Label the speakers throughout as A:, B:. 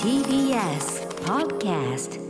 A: TBS Podcast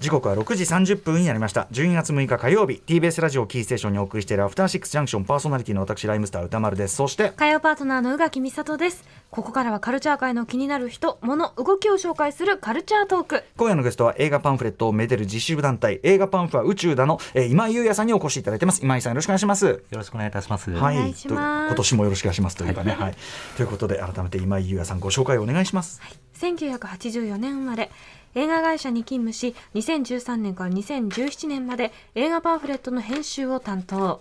B: 時刻は6時30分になりました12月6日火曜日 TBS ラジオキーステーションにお送りしているアフターシックスジャンクションパーソナリティの私ライムスター歌丸ですそして
C: 火曜パートナーの宇垣美里ですここからはカルチャー界の気になる人物動きを紹介するカルチャートーク
B: 今夜のゲストは映画パンフレットをめでる実習団体映画パンフは宇宙だの、えー今井優也さんにお越しいただいてます今井さんよろしくお願いします
D: よろしくお願いいたします。
B: は
C: お願いします
B: と今年もよろしくお願いしますというかね、はいということで改めて今井優也さんご紹介お願いします、
C: 1984年生まれ映画会社に勤務し2013年から2017年まで映画パンフレットの編集を担当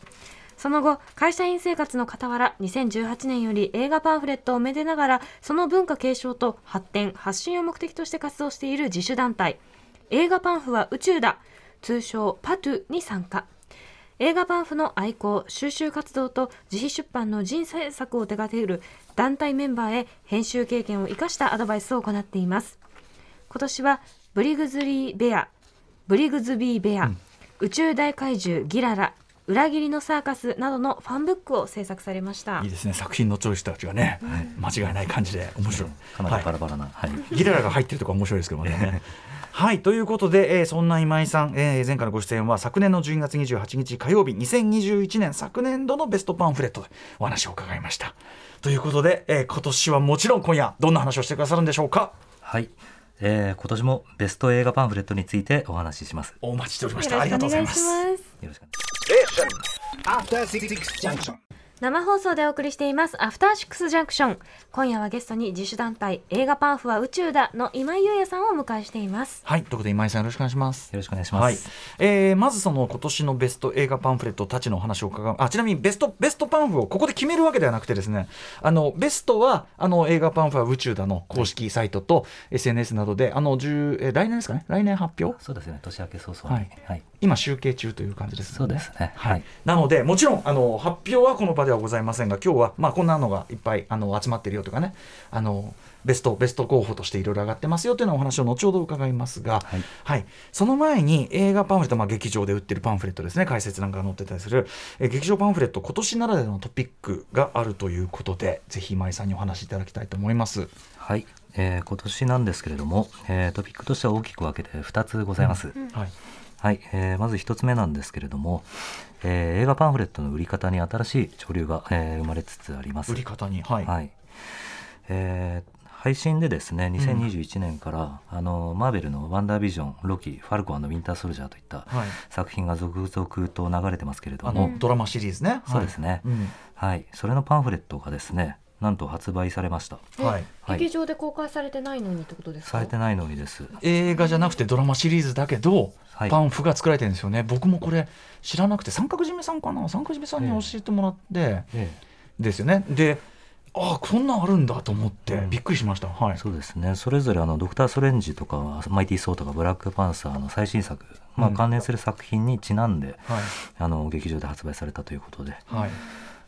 C: その後会社員生活の傍ら2018年より映画パンフレットをめでながらその文化継承と発展発信を目的として活動している自主団体映画パンフは宇宙だ通称パトゥに参加映画パンフの愛好収集活動と自費出版の人制作を手掛ける団体メンバーへ編集経験を生かしたアドバイスを行っています今年はブリグズリーベアブリグズビーベア、宇宙大怪獣ギララ裏切りのサーカスなどのファンブックを制作されました
B: いいですね作品のチョイスたちがね、間違いない感じで面白い
D: かなりバラバラな。はい。
B: ギララが入ってるとこ面白いですけどね。はいということで、えーそんな今井さん、えー前回のご出演は昨年の12月28日火曜日2021年昨年度のベストパンフレットでお話を伺いました。ということで、えー今年はもちろん今夜どんな話をしてくださるんでしょうか
D: はい。えー今年もベスト映画パンフレットについてお話しします。
B: お待ちしておりまし
C: よ
B: た。
C: ろ
B: あ
C: し
B: り
C: くお
B: がとうござ
C: 願
B: い
C: い
B: ま
C: し
B: す。
C: ます
D: よろしくお願いします。
E: After Six Junction.
C: 生放送でお送りしていますアフターシックスジャンクション今夜はゲストに自主団体映画パンフは宇宙だの今井優也さんをお迎えしています
B: はい、ということで今井さんよろしくお願いします。
D: よろしくお願いし
B: は
D: ま
B: い
D: す。
B: えーまずその今年のベスト映画パンフレットたちのお話を伺うあちなみにベストベストパンフをここで決めるわけではなくてですねあのベストはあの映画パンフは宇宙だの公式サイトと SNS などであの10えー来年ですかね来年発表
D: そうですね。年明け早々に。
B: は
D: はいい。
B: 今集計中という感じですね
D: そうですね。
B: は
D: はいい。、
B: なのでもちろんあの発表はこの場ではございませんが今日は、まあ、こんなのがいっぱいあの集まってるよとかねあのベストベスト候補としていろいろ上がってますよというようなお話を後ほど伺いますが、はい
D: い
B: その前に映画パンフレット、まあ、劇場で売ってるパンフレットですね解説なんかが載ってたりするえ劇場パンフレット今年ならではのトピックがあるということでぜひ今井さんにお話しいただきたいと思います。
D: はい。えー今年なんですけれども、えートピックとしては大きく分けて2つございます。
B: はい
D: はい、えーまず一つ目なんですけれども、えー映画パンフレットの売り方に新しい潮流が、えー生まれつつあります。
B: 売り方に、はい
D: はいえー配信でですね2021年から、あのマーベルの「ワンダービジョン」「ロキ」「ファルコンウィンター・ソルジャー」といった
B: はい
D: 作品が続々と流れてますけれど
B: あ
D: も、
B: のドラマシリーズね。
D: そうですね、
B: うん
D: はい、それのパンフレットがですねなんと発売されました
B: はい
D: はい
C: 劇場で公開されてないのにってことですか
D: されてないのにです
B: 映画じゃなくてドラマシリーズだけど、
D: はい
B: パンフが作られてるんですよね僕もこれ知らなくて三角締めさんかな三角締めさんに教えてもらって、
D: え
B: ですよねでああこんなんあるんだと思って、
D: うん
B: びっくりしましたはい
D: そうですねそれぞれあのドクター・ストレンジとかマイティー・ソーとかブラック・パンサーの最新作、まあ、
B: うん
D: 関連する作品にちなんで、
B: はい、
D: あの劇場で発売されたということで
B: はい、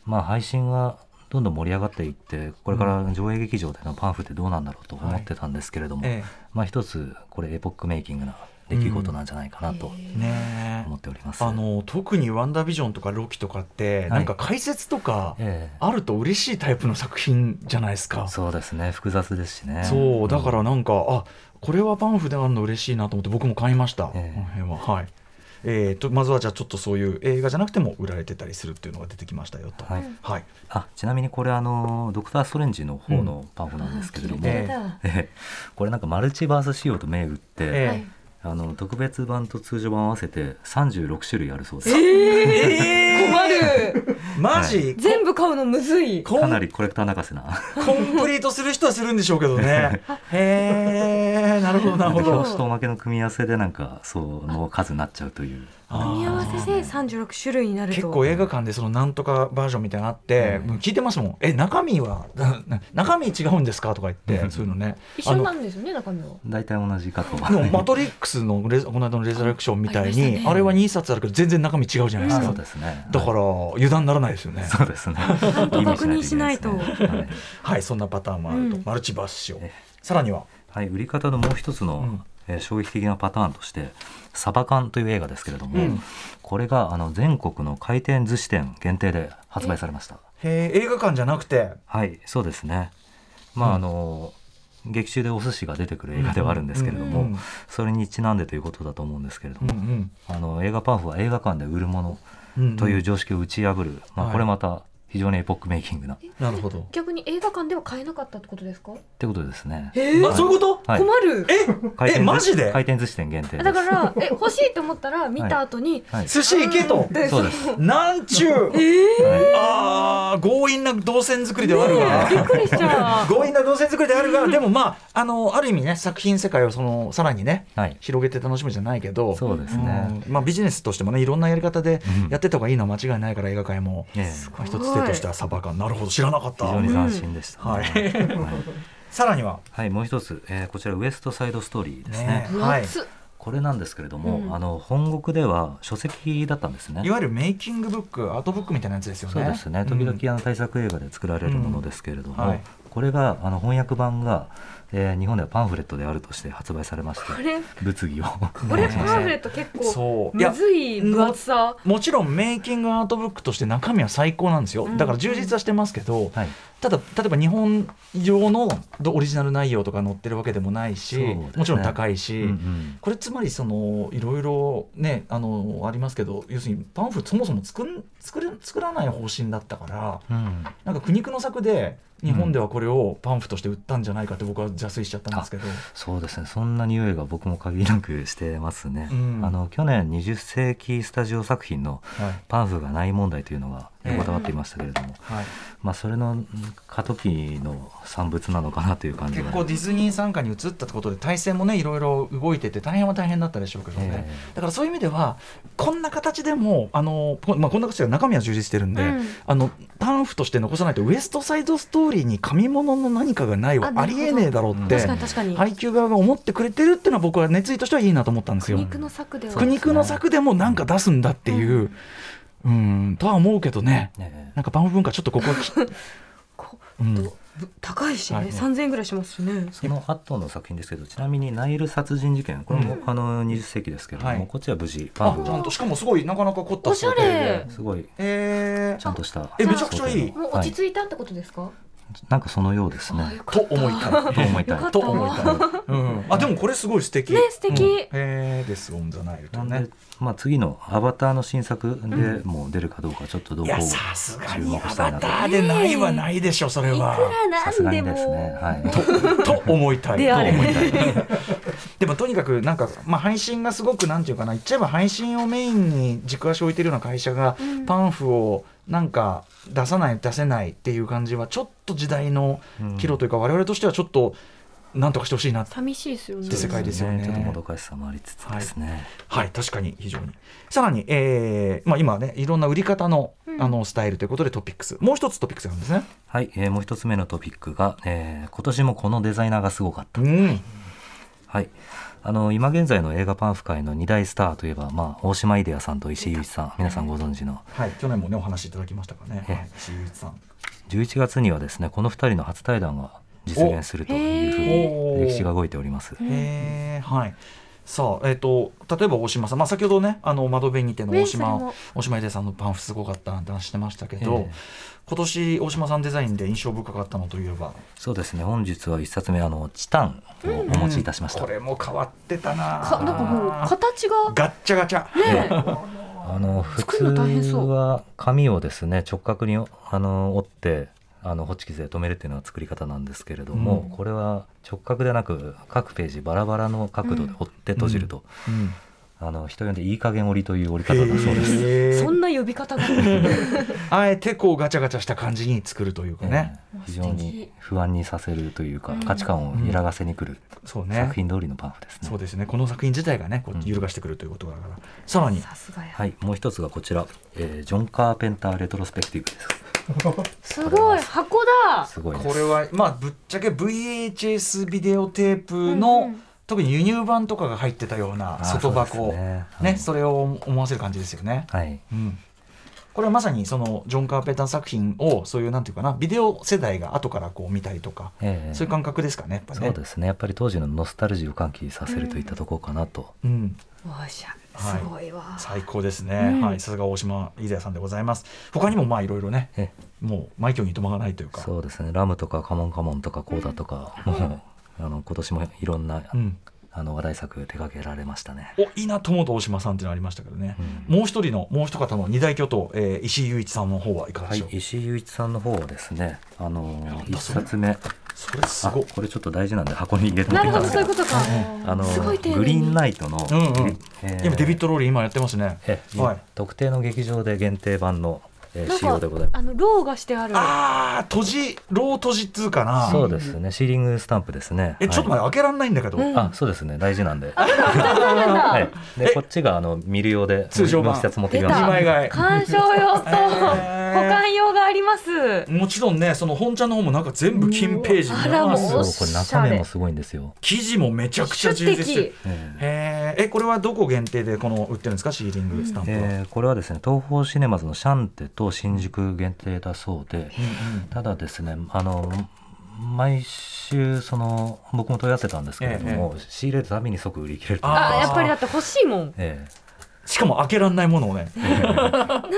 D: まあ、配信がどんどん盛り上がっていってこれから上映劇場でのパンフってどうなんだろうと思ってたんですけれども、
B: え
D: まあ、一つこれエポックメイキングな出来事なんじゃないかなと
B: えねえ
D: 思っております。
B: あの特に「ワンダービジョン」とか「ロキ」とかって、
D: い
B: なんか解説とか
D: ええ
B: あると嬉しいタイプの作品じゃないですか
D: そうですね複雑ですしね。
B: そうだからなんか、あこれはパンフであるの嬉しいなと思って僕も買いました、
D: ええ
B: この辺ははいえー、とまずはじゃあちょっとそういう映画じゃなくても売られてたりするっていうのが出てきましたよと
D: はい
B: はい、
D: あちなみにこれあのドクター・ストレンジの方のパンフなんですけれども、
B: うんあ
C: やだ
D: ええこれなんかマルチバース仕様と銘打って、
B: え
C: はい
D: あの特別版と通常版合わせて36種類あるそうです。
C: 困る
B: マジ、
C: 全部買うのむずい
B: コン
D: かなりコレクター泣かせな。
B: コンプリートする人はするんでしょうけど ねへえなるほどなるほ
D: 表
B: ど
D: 紙とおまけの組み合わせでなんかその数になっちゃうという
C: 組み合わ
B: あー
C: せで36種類になると
B: 結構映画館でそのなんとかバージョンみたいなのあって、
D: うん
B: もう聞いてますもん「え中身は 中身違うんですか?」とか言って、
D: うん
B: そういうのね
C: 一緒なんですよね中身は
D: 大体同じかと
B: あのでもマトリックスのレこの間のレザレクションみたい
C: ああり
B: に
C: ま
B: あ,、
C: したね
B: れは2冊あるけど全然中身違うじゃないです
D: あ
B: か、
D: そうですね
B: だから油断ならないですよね、
D: そうです ね
C: 当確認しないと
D: 意味しないといけないですね
B: はいそんなパターンもあると、
C: うん
B: マルチバース仕様
D: え
B: さらには
D: はい、はい売り方のもう一つの、
B: うん
D: えー衝撃的なパターンとして「サバ缶」という映画ですけれども、
B: うん
D: これがあの全国の回転寿司店限定で発売されました
B: へえ映画館じゃなくて
D: はいそうですねまああの、劇中でお寿司が出てくる映画ではあるんですけれども、
B: うんうん
D: それにちなんでということだと思うんですけれど
B: うん
D: も、あの映画パンフは映画館で売るもの
B: うんうん
D: という常識を打ち破る、ま
B: はい
D: あ、これまた非常にエポックメイキングなっ
B: なるほど
C: 逆に映画館では買えなかったってことですか、
D: てことですね。
B: あそういうこと
D: はい、
C: 困る
D: 回
B: え
D: 転
B: マジで
D: 回転寿司店限定です。
C: だからえ欲しいと思ったら見た後に、
D: はい、
B: 寿司行けと
C: で
D: そうです。
B: なんちゅう
D: はい
B: あー強引な動線作りではあるが、
C: びっくりしちゃう
B: 強引な動線作りであるがでもまああのある意味ね作品世界をそのさらにね
D: はい、
B: 広げて楽しむじゃないけど
D: そうですね。
B: うんまあ、ビジネスとしてもねいろんなやり方で
D: うん
B: やってた方がいいのは間違いないから映画界も、
D: ええ
B: まあ、一つ手としてはサバ缶なるほど知らなかっ
D: 非
B: た
D: 常に斬新でした、
B: うんはい
D: はい
B: さらには
D: はい、もう一つ、えーこちらウエストサイドストーリーですね。
B: ね
C: 分
B: はい
C: 厚っ
D: これなんですけれども、
C: うん
D: あの本国では書籍だったんですね
B: い。わゆるメイキングブックアートブックみたいなやつですよね
D: そうですね。時々あの対策映画で作られるものですけれども、
B: うんはい
D: これがあの翻訳版が、えー日本ではパンフレットであるとして発売されまして、
C: これ
D: 物議を。
C: これパンフレット結構
B: そういや
C: むずい分厚さ
B: もちろんメイキングアートブックとして中身は最高なんですよ
C: うん
B: だから充実はしてますけど
D: はい、
B: ただ例えば日本用のオリジナル内容とか載ってるわけでもないし、
D: そうですね
B: もちろん高いし、
D: うんうん
B: これつまりそのいろいろねあのありますけど要するにパンフそもそも作ん作れ作らない方針だったから
D: うん
B: なんか苦肉の策で日本ではこれをパンフとして売ったんじゃないかって僕は邪推しちゃったんですけど、
D: そうですねそんな匂いが僕も限りなくしてますね、
B: うん
D: あの去年20世紀スタジオ作品の
B: はい
D: パンフがない問題というのが横たわっていましたけれども、
B: はい、
D: まあ、それのうん過渡期の産物なのかなという感じ
B: 結
D: が
B: 構ディズニー傘下に移ったってことで体制もねいろいろ動いてて大変は大変だったでしょうけどね、
D: え
B: だからそういう意味ではこんな形でもあの、こまあ、こんな形で中身は充実してるんで、
C: うん
B: あのパンフとして残さないとウエストサイドストーリーに紙物の何かがないは
C: あ
B: あ
C: なるほ
B: り
C: ど
B: えねえだろうって
C: 確かに確かに、
B: 配給側が思ってくれてるっていうのは僕は熱意としてはいいなと思ったんです
C: 苦
B: よ。
C: 肉の策では
B: 苦肉の策でもなんか出すんだっていう、うん、とは思うけどね、
D: え
B: なんかパンフ文化ちょっとここ はき、
C: こ
B: うん、
C: 高いしね、
B: はい
C: 3000円ぐらいしますしね
D: その後の作品ですけどちなみにナイル殺人事件これもあの20世紀ですけれども、
B: はい
D: こっちは無事パ
B: あ
D: ンフ
B: ちゃんと
D: が
B: しかもすごいなかなか凝った
C: おしゃれ
D: すごい
B: え
D: ちゃんとした
B: えめちゃくちゃいい
C: もう
D: は
C: 落ち着いたってことですか、
D: なんかそのようですね
C: よ
B: と
C: かった
B: 思いたい。
D: と思いた
C: よか
D: い
C: っ
B: と
C: た
B: 思いたい。うん、あでもこれすごい素敵。
C: ね素敵
B: うんへえですオンザナイルと
D: なんで
B: ね。
D: まあ、次の「アバター」の新作でもう出るかどうかちょっとど
B: いう
D: こ
B: や
D: う
B: さすが
D: 注
B: に
D: 目
B: ア
D: したい
B: バ
D: な
B: タ
D: と
B: ーでないはないでしょそれ
C: いく
B: は。
C: らな
D: さすが
C: んで
D: にですね
C: も、
D: はい
B: とと思いたい。
C: であれ
B: と思いたい でもとにかくなんか、まあ、配信がすごくなんていうかな言っちゃえば配信をメインに軸足を置いてるような会社が、
C: うん
B: パンフをなんか出さない出せないっていう感じはちょっと時代の岐路というか、我々としてはちょっとなんとかしてほしいな
C: 寂しいですよね
B: って世界ですよね
D: ちょっともどかしさもありつつですね、
B: はい、確かに非常に。さらに、えーまあ、今ね、いろんな売り方の,、
C: うん
B: あのスタイルということでトピックス、もう一つトピックスがあるんですね。
D: はい、えーもう一つ目のトピックが、えー今年もこのデザイナーがすごかった。
B: うん、
D: はい。あの、今現在の映画パンフ界の二大スターといえば、まあ、大島イデアさんと石井雄一さん、皆さんご存知の。
B: はい、去年もね、お話しいただきましたからね。
D: え
B: はい、石井さん。
D: 11月にはですね、この二人の初対談が実現するというふう
B: おへー
D: に歴史が動いております。
B: えーはい。さあ、えっ、と、例えば大島さん、まあ、先ほどね、あの窓辺にての
C: ね
B: 大
C: それ
B: 島
C: も。
B: 大島秀さんのパンフすごかったなんて話してましたけ
D: え
B: ど
D: え。
B: 今年、大島さんデザインで印象深かったのといえば。
D: そうですね、本日は一冊目、あの、チタンをお持ちいたしました。
B: これも変わってたな。
C: かなんかもう形が
B: ガッチャガチャ。
C: ね
D: あの普
C: 作
D: 通
C: るの大変そう
D: は紙をですね直角にあの折ってあのホチキスで留めるっていうのは作り方なんですけれども、これは直角でなく各ページバラバラの角度で折って閉じると、
B: うん。
D: あの人呼んでいい加減折りという折り方だそうです。
B: へー
C: そんな呼び方が
B: あえてこうガチャガチャした感じに作るというかね、
D: ええ非常に不安にさせるというか、価値観を揺らがせにくる
B: そうね
D: 作品通りのパンフですね。
B: そうですねこの作品自体がねこう揺るがしてくるということだから、さらに
C: さすがや
D: はい、もう一つがこちら、えージョン・カーペンター・レトロスペクティブです。
C: すごい箱だ
D: すごいです。
B: これはまあぶっちゃけ VHS ビデオテープの、
C: うんうん
B: 特に輸入版とかが入ってたような
D: あ
B: 外
D: そう
B: 箱
D: です
B: ね
D: ね
B: そ
D: はい
B: れを思わせる感じですよね、
D: はい、
B: うん、これはまさにそのジョン・カーペンター作品をそういうなんていうかなビデオ世代が後からこう見たりとか、
D: ええ
B: そういう感覚ですかねやっぱね
D: そうですねやっぱり当時のノスタルジーを喚起させるといったところかなと、
B: うん
C: おしゃ
B: はい
C: すごいわ
B: 最高ですね、
C: うん
B: はいさすが大島飯田屋さんでございます他にもまあいろいろね
D: え
B: もうマイに止まらないというか
D: そうですねラムとかカモンカモンとかコーダとか、もうあの今年もいろんな、
B: うん
D: あの話題作手掛けられましたね。
B: おいいなと思うと大島さんっていうのありましたけどね、
D: うん
B: もう一人のもう一方の二大巨頭、えー石井雄一さんの方はいかが
D: は
B: でし
D: い
B: ょう、、
D: 石井雄一さんの方はですね、あの
B: なんだ
D: 一冊目、
B: それす
D: あ
B: ごっ
D: これちょっと大事なんで箱に入れても
C: な
D: ら
C: る
D: っ
C: ほ
D: たん
C: どそ
D: です
C: う
D: け
C: いう
D: ど
C: こ、とか
D: あの
C: すごい丁寧に
D: グリーンナイトの、
B: うんうん
D: えー
B: 今デビッド・ローリー今やってますね
D: えー
B: はい
D: 特定の劇場で限定版の、えー
C: なん
D: 仕様
C: か
D: でございま
C: あのローがしてある
B: ああ閉じロー閉じっつうかな
D: す。そうですね、シーリングスタンプですね。
B: えちょっと待って、開けられないんだけど、
C: うん
D: あ、そうですね、大事なんで。
C: あ
D: はい、でこっちがあの見る用で
B: 通常版
D: の一冊持ってきま
B: 二枚
D: した。
B: 替え
C: 鑑賞用と保管用があります
B: もちろんねその本茶の方もなんか全部金ページになりま
C: あ
B: す
C: らも
D: そうう
B: よ
D: これ中身もすごいんですよ。
B: 生地もめちゃくちゃ充実してる
D: えー
B: へーえこれはどこ限定でこの売ってるんですかシーリングスタンプは、
D: えーこれはですね東宝シネマズのシャンテと新宿限定だそうでただですねあの毎週その僕も問い合わせたんですけれども、仕入れるたびに即売り切れるという
C: あ
B: あー
C: やっぱりだって欲しいもん
D: え
B: しかも開けられないものをね
C: なんか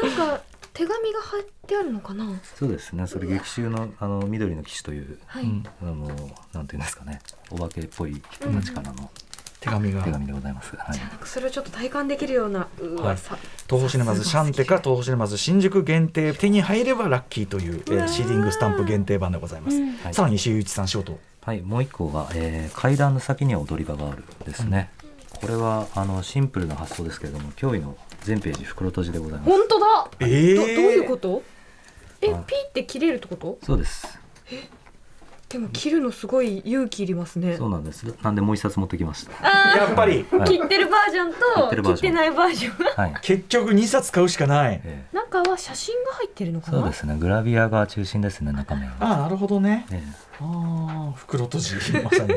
C: 手紙が貼ってあるのかな
D: えそうですねそれ劇中のあの緑の騎士という
C: は
B: う
C: い、
B: ん
D: あのなんていうんですかねお化けっぽい人たちからの
B: 手紙が
D: 手紙でございます、はい
C: じゃあなんかそれをちょっと体感できるようなう
B: はい
C: わさ、
B: 東宝シネマズシャンテか東宝シネマズ新宿限定手に入ればラッキーという、えーシーリングスタンプ限定版でございます、
C: うん
D: はい
B: さらに石井雄一さん仕事
D: はい、もう一個が、えー階段の先には踊り場があるですね、これはあのシンプルな発想ですけれども驚異の全ページ袋閉じでございます
C: 本当だ、
B: え
C: ど
B: ー
C: どういうことえピ
D: あ
C: ーって切れるってこと
D: そうです
C: でも切るのすごい勇気いりますね
D: そうなんですなんでもう一冊持ってきました
C: あ
B: やっぱり
C: ー
D: はい
C: 切ってるバージョン
D: ってる
C: と切っ
D: バージョン
C: てないバージョンが
D: はい、
B: 結局2冊買うしかない
D: えー
C: 中は写真が入ってるのかな
D: そうですねグラビアが中心ですね中身は、
B: ああなるほどね
D: え
B: ああ袋閉じまさに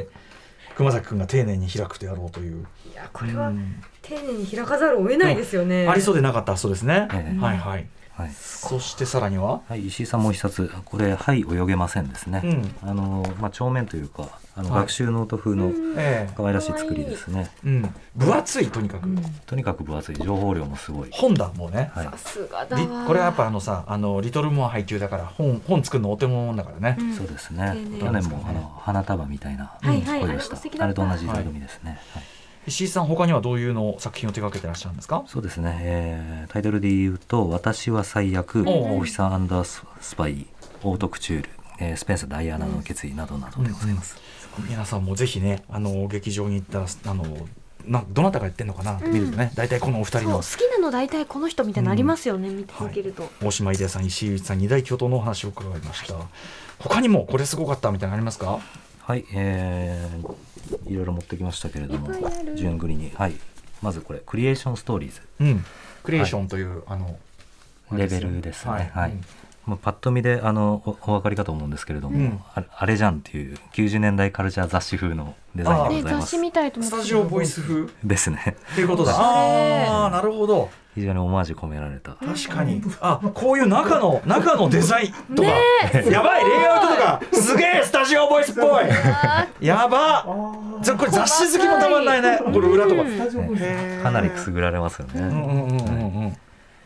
B: 熊崎君が丁寧に開くとやろうという、
C: いやこれは
B: うん
C: 丁寧に開かざるを得ないですよね、
B: ありそうでなかったそうですね、
D: ええ
B: はいはい
D: ーはい
B: そしてさらには
D: はい、石井さんもう一冊これ「はい泳げません」ですね、
B: う
D: あのまあ帳面というかあの
B: はい
D: 学習ノート風の
B: ええ
D: 可愛らしい作りですね、
B: うん分厚いとにかく、
C: うん
D: とにかく分厚い情報量もすごい、
B: 本だもうね、
D: はい
C: さ、すがだ
B: り
C: わ
B: これはやっぱあのさあのリトルモア配給だから本本作るのお手本だからね、
C: ん
D: そうですね
C: 丁寧
D: 去年もあの花束みたいな
C: はいはい
D: 声でした、
C: あれも素敵だった
D: あれと同じ番組ですね、はい
B: 石井さん他にはどういうの作品を手掛けてらっしゃるんですか
D: そうですね、えータイトルで言うと「私は最悪」「
B: おう
D: オフィサーアンダーススパイ」「オートクチュール」えースペンサー・ダイアナの決意」などなどでございます、
B: 皆さんもぜひねあの劇場に行ったらあのなどなたがやってんのかなって見るとね、大体このお二人
C: そう
B: の
C: 好きなの大体この人みたいなのありますよね、見て
B: はい
C: けると、
B: 大島秀さん石井内さん二大巨頭のお話を伺いました、他にもこれすごかったみたいなのありますか
D: はいえーいろいろ持ってきましたけれども
C: いっぱいある
D: 順繰りにはいまずこれ「クリエーション・ストーリーズ
B: うんクリエーションという、あの」
D: レベルですね
B: は
D: はいい、
B: うん
D: まあパッと見であのおお分かりかと思うんですけれども、
B: うん
D: ああれじゃんっていう90年代カルチャー雑誌風のデザインで
B: り
D: ございま
C: 雑誌
D: す。
C: みたいと思っ
B: ス
C: て
B: タジオボイス風っ
D: ですね
B: ていうことだああなるほど
D: 非常にオマージュ込められた、
B: 確かにあこういう中の中のデザインとか、やばいレイアウトとかすげえスタジオボイスっぽいやばじゃこれ雑誌好きもたまんないねこれ裏とか、うん、へ
D: ね
B: ー
D: かなりくすぐられますよね。
B: うんうんうんうん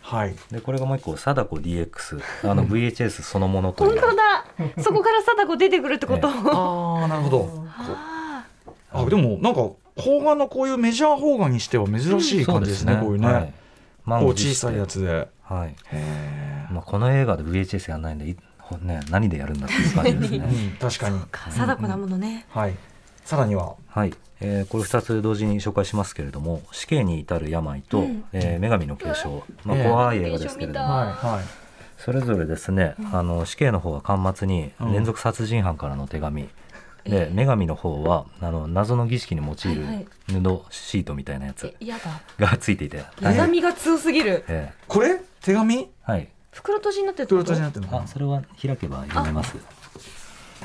B: はい
D: でこれがもう一個「貞子 DX」あの VHS そのものとい
C: 本
D: う
C: 当だそこから貞子出てくるってこと、
D: え
B: ああなるほど
C: あ
B: あでもなんか邦画のこういうメジャー邦画にしては珍しい感じですね、こういうね、
D: はい、満
B: こう
D: を
B: 小
D: 持して
B: さいや、つで
D: はい
B: へ
D: まあ、この映画で VHS やんないんでいほね何でやるんだっていう感じです
B: え、
D: ね
B: う。ん、確かに
C: あ貞子だものね、
B: はいさらには
D: はい、えーこれ2つ同時に紹介しますけれども「死刑に至る病と」
C: うん
D: えー女神の継承」まあ、
B: ええ
D: 怖い映画ですけれども、
B: はいはい
D: それぞれですねあの死刑の方は端末に
B: うん
D: 連続殺人犯からの手紙、で女神の方はあの謎の儀式に用い
C: はいはい
D: る布シートみたいなやつ
C: えやだ
D: がついていて、大変
C: 歪みが強すぎる
D: ええ
B: これ手紙
D: はい
C: 袋閉じになってるって
B: ト
C: こ
B: ヨ
C: と
B: タになってるのか
D: あ
B: な
D: それは開けば読めます、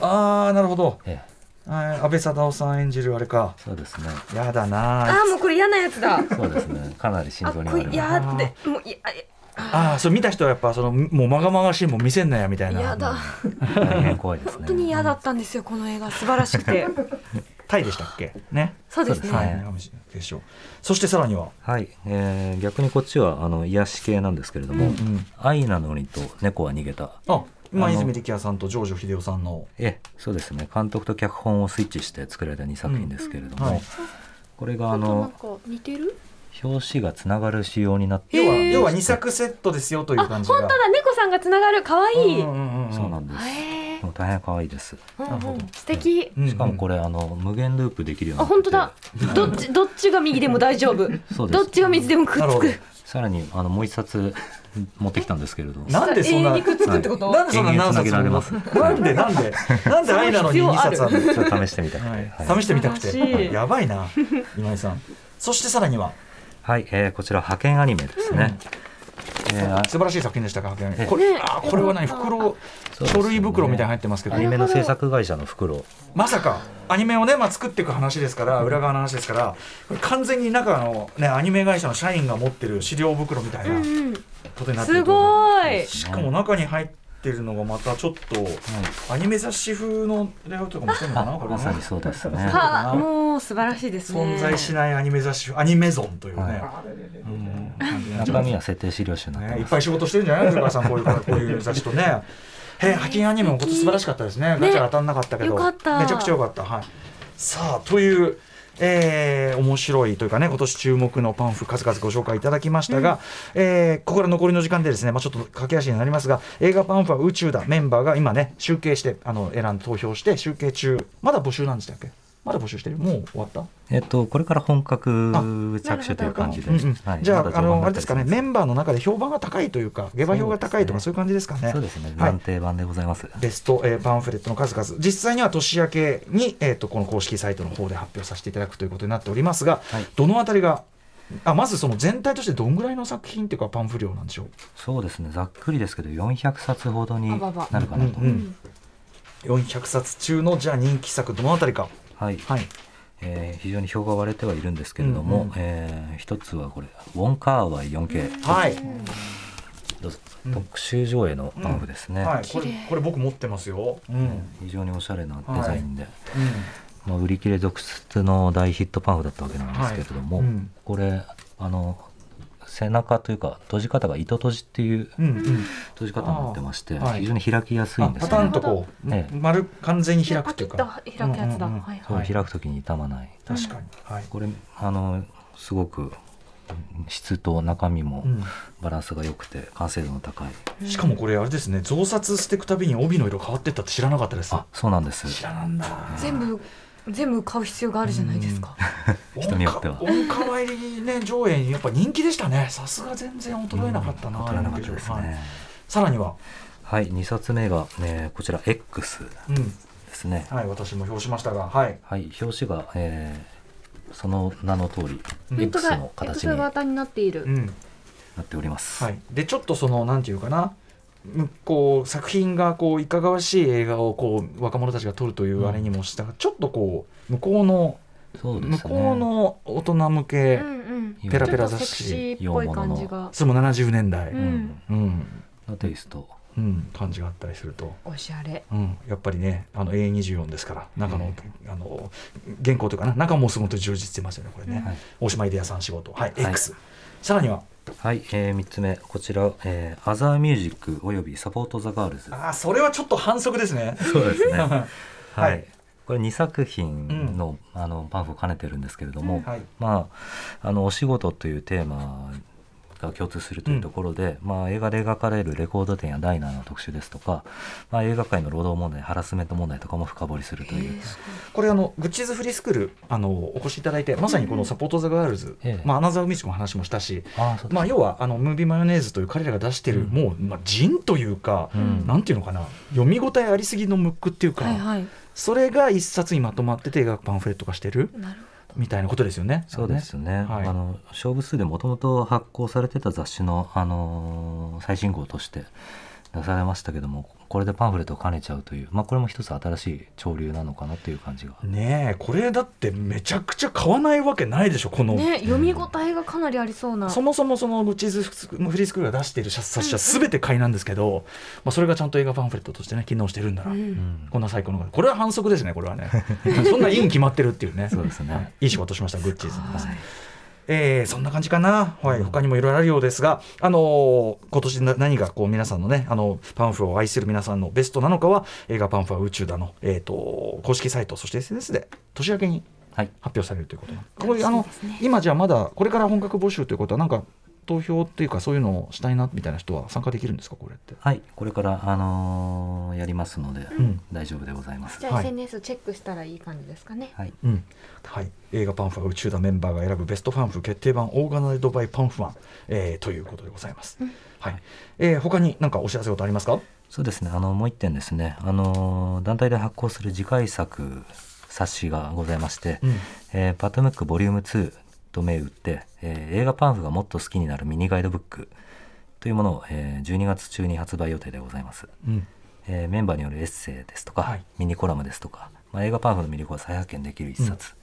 B: ああなるほど
D: ええ、
B: あー安倍貞夫さん演じるあれか
D: そうですね
B: やだ
C: あ
B: なあ
C: ーもうこれ嫌なやつだ
D: そうですねかなり心
C: あ
D: 臓に
C: こ
D: 悪
C: れ
D: い
C: 嫌ってもういや
B: あーそう見た人はやっぱそのもうまがまがしいもん見せんなやみたい
C: いやや
B: な
C: だ
D: 大変怖いですね
C: 本当に嫌だったんですよこの映画素晴らしくて
B: タイでしたっけね
C: そうですね
D: そうです
B: は
D: はいい
B: 女神でしょうそしてさらには
D: はい、えー逆にこっちはあの癒し系なんですけれども「
B: ん
D: 愛なのに」と「猫は逃げた
B: あ今
D: あの
B: 泉力也さんと城ジョ秀夫さんの」
D: ええそうですね監督と脚本をスイッチして作られた2作品ですけれども、
B: はい
D: これがあ
F: あとなん
D: の
F: か似てる
D: 表紙がつながる仕様になって
B: 要は
F: へー
B: 要は2作セットですよという感じが
C: 本当だ猫さんがつながる可愛い
B: うんうんうんうん
D: そうなんです、
C: へえ
D: でも大変可愛いです
C: うん
B: なるほ
C: う
B: ど
C: ん素敵
B: うんうん
D: しかもこれあの無限ループできるよう
C: あ
D: になって
C: 本当
D: て
C: だどっちどっちが右でも大丈夫
D: そうです
C: どっちが右でもくっ
B: なる
C: つ
B: ほど
C: く
D: さらにあのもう一冊 持ってきたんですけれども
B: なんでそんな
C: 永遠にくっつくってこと
B: なんでそんな何冊も
D: 永遠に繋げられ
B: なんでなんでなんで愛なのに2冊ある
D: ちょっと試してみたくて、
B: はい、試してみたく
C: 素晴らしてい
B: やばいな 今井さんそしてさらには
D: はい、えーこちら派遣アニメですね。えーあ
B: 素晴らしい作品でしたか
D: え
B: これあこれは何袋
D: そうです
B: 書
D: ね
B: 類袋みたいに入ってますけど
D: アニメの制作会社の袋。
B: まさかアニメをね、まあ、作っていく話ですから裏側の話ですからこれ完全に中の、ね、アニメ会社の社員が持ってる資料袋みたいな
C: うん
B: ことになって
C: す
B: ると思う
C: ごい
B: しかも中に入ってるのがまたちょっとアニメ雑誌風のレイアウトとかもしてるのかなこれね
D: まさにそうですね。
C: はもう素晴らしいですね
B: 存在しないアニメ雑誌アニメゾンというね、
D: は
B: うん感じになっちゃ
D: 中
B: う
D: 身は設定資料集になって
B: ね、い
D: ま
B: っ
D: す。
B: ぱい仕事してるんじゃないです か、さん、こういう、こういう雑誌とね。へえ、派遣アニメも今年素晴らしかったですね。ガチャが当たんなかったけど。
C: よかった
B: めちゃくちゃ良かった。はい。さあ、という。えー面白いというかね今年注目のパンフ数々ご紹介いただきましたが、えーここから残りの時間でですね、まあ、ちょっと駆け足になりますが映画パンフは宇宙だメンバーが今ね集計してあの選んで投票して集計中まだ募集なんでしたっけまだ募集してるもう終わった
D: えっとこれから本格着手という感じで。
B: うんうん
D: はい
B: じゃ
D: まだ
B: あ、あ
D: 序盤
B: の、
D: だ
B: あれ
D: った
B: で
D: り
B: すかね、メンバーの中で評判が高いというか、下馬評が高いとか、そういう感じですかね。
D: そうですね。
B: はい
D: 暫。定版でございます。
B: ベスト、えーパンフレットの数々、実際には年明けに、えー、とこの公式サイトの方で発表させていただくということになっておりますが、
D: はい
B: どのあたりが、あまずその全体としてどんぐらいの作品というか、パンフ量なんでしょう。
D: そうですね。ざっくりですけど400冊ほどに
C: あばば
D: なるかなと。
B: うんうん400冊中のじゃあ人気作、どのあたりか。
D: はい。
B: はい、
D: えー非常に票が割れてはいるんですけれ
B: う
D: ど
B: んう
D: も
B: ん、
D: えー一つはこれウォンカーワイ 4K
B: はい
D: どうぞ
B: うん
D: 特集上映のパンフですね。
B: はい、これこれ僕持ってますよ。うん
D: 非常におしゃれなデザインで、まあ、売り切れ続出の大ヒットパンフだったわけなんですけれども、
B: はいうん
D: これあの背中というか閉じ方が糸閉じっていう
B: うんうん
D: 閉じ方になってまして、
B: あーはい
D: 非常に開きやすい
B: あ
D: んで
B: パ
D: す
B: ターン
D: ね
B: とこう、
D: ええ
B: 丸完全に開くというか
C: パキッと開くやつだ
B: うんうんうん
C: はい
D: そう開く時に傷まない、
B: 確かに、はい
D: これあのすごく質と中身もバランスが良くて完成度の高い、
B: しかもこれあれですね増刷していくたびに帯の色変わってったって知らなかったです
D: あそうなんです
B: 知らなんだ
C: 全部全部買う必要があるじゃないですか
D: 人によっては
B: 音感入りね上映やっぱ人気でしたねさすが全然衰えなかったな、
D: 取らなかったですね、
B: はいさらには、
D: はい2冊目が、ね、こちら X
B: うん
D: ですね、
B: はい私も表しましたがはい
D: はい、表紙が、えーその名の通り、
B: うん
C: 本当
D: X
C: だ
D: の形
C: X
D: にな
C: 型になっている、
B: うん
D: っております。
B: はい、でちょっとそのなんていうかなうんこう作品がこういかがわしい映画をこう若者たちが撮るというあれにもしたが、ちょっとこう向こうの、
D: そうで
B: 向
D: すね。
B: こうの大人向
C: う
B: け、
C: んうん
D: いわ
B: ペ
D: ゆる
C: ちょ
B: ラペ
C: っ
B: ラ
C: と
B: 雑
C: セク
B: 誌
C: シーっぽい感じが
B: それも70年代、
C: う
D: うんん、
B: うん
D: のテイスト。
B: うん、感じがあったりすると、
C: おしゃれ
B: うん、やっぱりねあの A24 ですから中の,、あの原稿というかな中もすごく充実してますよねこれね、
D: はい
B: 大島秀也さん仕事はい、
D: はい
B: X さらには
D: はい、えー、3つ目、こちら、えー、アザーミュージックおよびサポート・ザ・ガールズ。
B: あーそれはちょっと反則ですね
D: そうです ね。
B: は
D: はいい。これ2作品の,、あのパンフを兼ねてるんですけれども、
B: はい
D: まあ、あのお仕事というテーマが共通するというところで、まあ、映画で描かれるレコード店やダイナーの特集ですとか、まあ、映画界の労働問題ハラスメント問題とかも深掘りするという、
B: これあのグッチーズフリースクールあのお越しいただいてまさにこの「サポート・ザ・ガールズ」
D: ええ
B: まあ、アナザー・ミュージックの話もしたし、
D: ああそうですね
B: まあ、要はあのムービーマヨネーズという彼らが出してる、もう、まあ、人というか、
D: ん
B: なんていうのかな読み応えありすぎのムックっていうか、
C: はいはい
B: それが一冊にまとまってて映画パンフレット化してる
C: なる
B: みたいなことですよね。
D: そうですね。
B: はい
D: あの勝負数でもともと発行されてた雑誌のあのー最新号として出されましたけどもこれでパンフレットを兼ねちゃうという、まあ、これも一つ新しい潮流なのかなという感じが
B: ねえこれだってめちゃくちゃ買わないわけないでしょこの、
C: ね、読み応えがかなりありそうな。
B: そもそもそのグチーズフリースクールが出している冊子は全て買いなんですけど、まあ、それがちゃんと映画パンフレットとしてね機能してるんなら、
C: うん
B: こんな最高のがこれは反則ですねこれはね そんないいに決まってるっていうね
D: そうですね
B: はいいい仕事しましたグッチーズの皆さんえーそんな感じかな、はい、他にもいろいろあるようですが、あのー今年な何がこう皆さんのね、あのパンフを愛する皆さんのベストなのかは、映画パンフは宇宙だの、えー、と公式サイト、そして SNS で年明けに
D: はい
B: 発表されるということなんです
C: 楽
B: こ
C: しみ
B: れあの
C: ですね
B: 今じゃあまだこれから本格募集ということはなんか投票っていうかそういうのをしたいなみたいな人は参加できるんですかこれって。
D: はいこれから、あのーやりますので、
B: ん
D: 大丈夫でございます
C: じゃ
B: は
C: あ
B: い
C: SNS チェックしたらいい感じですかね。
D: はい
B: うんはい、映画「パンフは宇宙だ」メンバーが選ぶベストファンフ決定版オーガナイズドバイパンフマン、えーということでございます。はいえー、他に何かお知らせことありますか
D: そうですねあのもう一点ですね、あのー団体で発行する次回作冊子がございまして「
B: うん
D: えーパトムックボリューム2と銘打って、えー映画パンフがもっと好きになるミニガイドブックというものを、えー12月中に発売予定でございます、
B: うん
D: えーメンバーによるエッセイですとか、
B: はい
D: ミニコラムですとか、まあ、映画パンフの魅力を再発見できる一冊、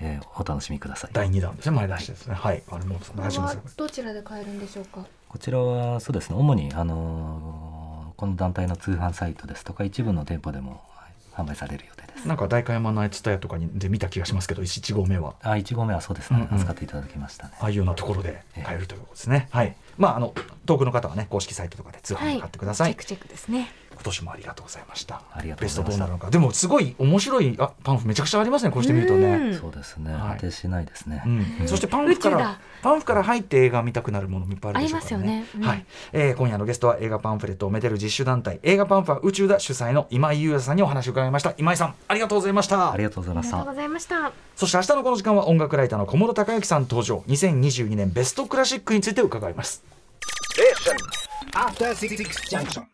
D: えーお楽しみください
B: 第2弾ですね前出しですねはい、あれもお
C: こ
B: 願い
C: れ
B: します
C: はどちらで買えるんでしょうか。
D: こちらはそうですね主に、あのーこの団体の通販サイトですとか一部の店舗でもはい販売される予定です
B: なんか代官山のあいつたやとかにで見た気がしますけど1号目は
D: あ1合目はそうです
B: う
D: ね、
B: んうん
D: 扱っていただきましたね
B: ああいうようなところで買えるということですねはいまああの遠くの方はね公式サイトとかで通販で買ってくださ
C: チ
B: い、
C: ェックチェックですね。
B: 今年もありがとうございました
D: ありがとう
B: ベ
D: ご
B: ス
D: ざ
B: トどう
D: いまし
B: なる
D: た
B: のかでもすごい面白いあパンフめちゃくちゃありますねこうして見ると
C: う
B: ね
C: ん
D: そうですね、
B: はい
D: 果てしないですね、
B: うん、そしてパンフ
C: 宇宙だ
B: からパンフから入って映画見たくなるものもいっぱいあるでしょうからね。
C: ありますよねうん
B: はい、えー今夜のゲストは映画パンフレットをめでる実習団体映画パンフは宇宙だ主催の今井裕也さんにお話を伺いました。今井さんありがとうございました。
D: ありがとうござい
C: あ
D: ま
C: り
D: し
C: がとう
D: た
C: ございました。
B: そして明日のこの時間は音楽ライターの小室孝之さん登場。2022年ベストクラシックについて伺います。
E: Station. After Six Junction.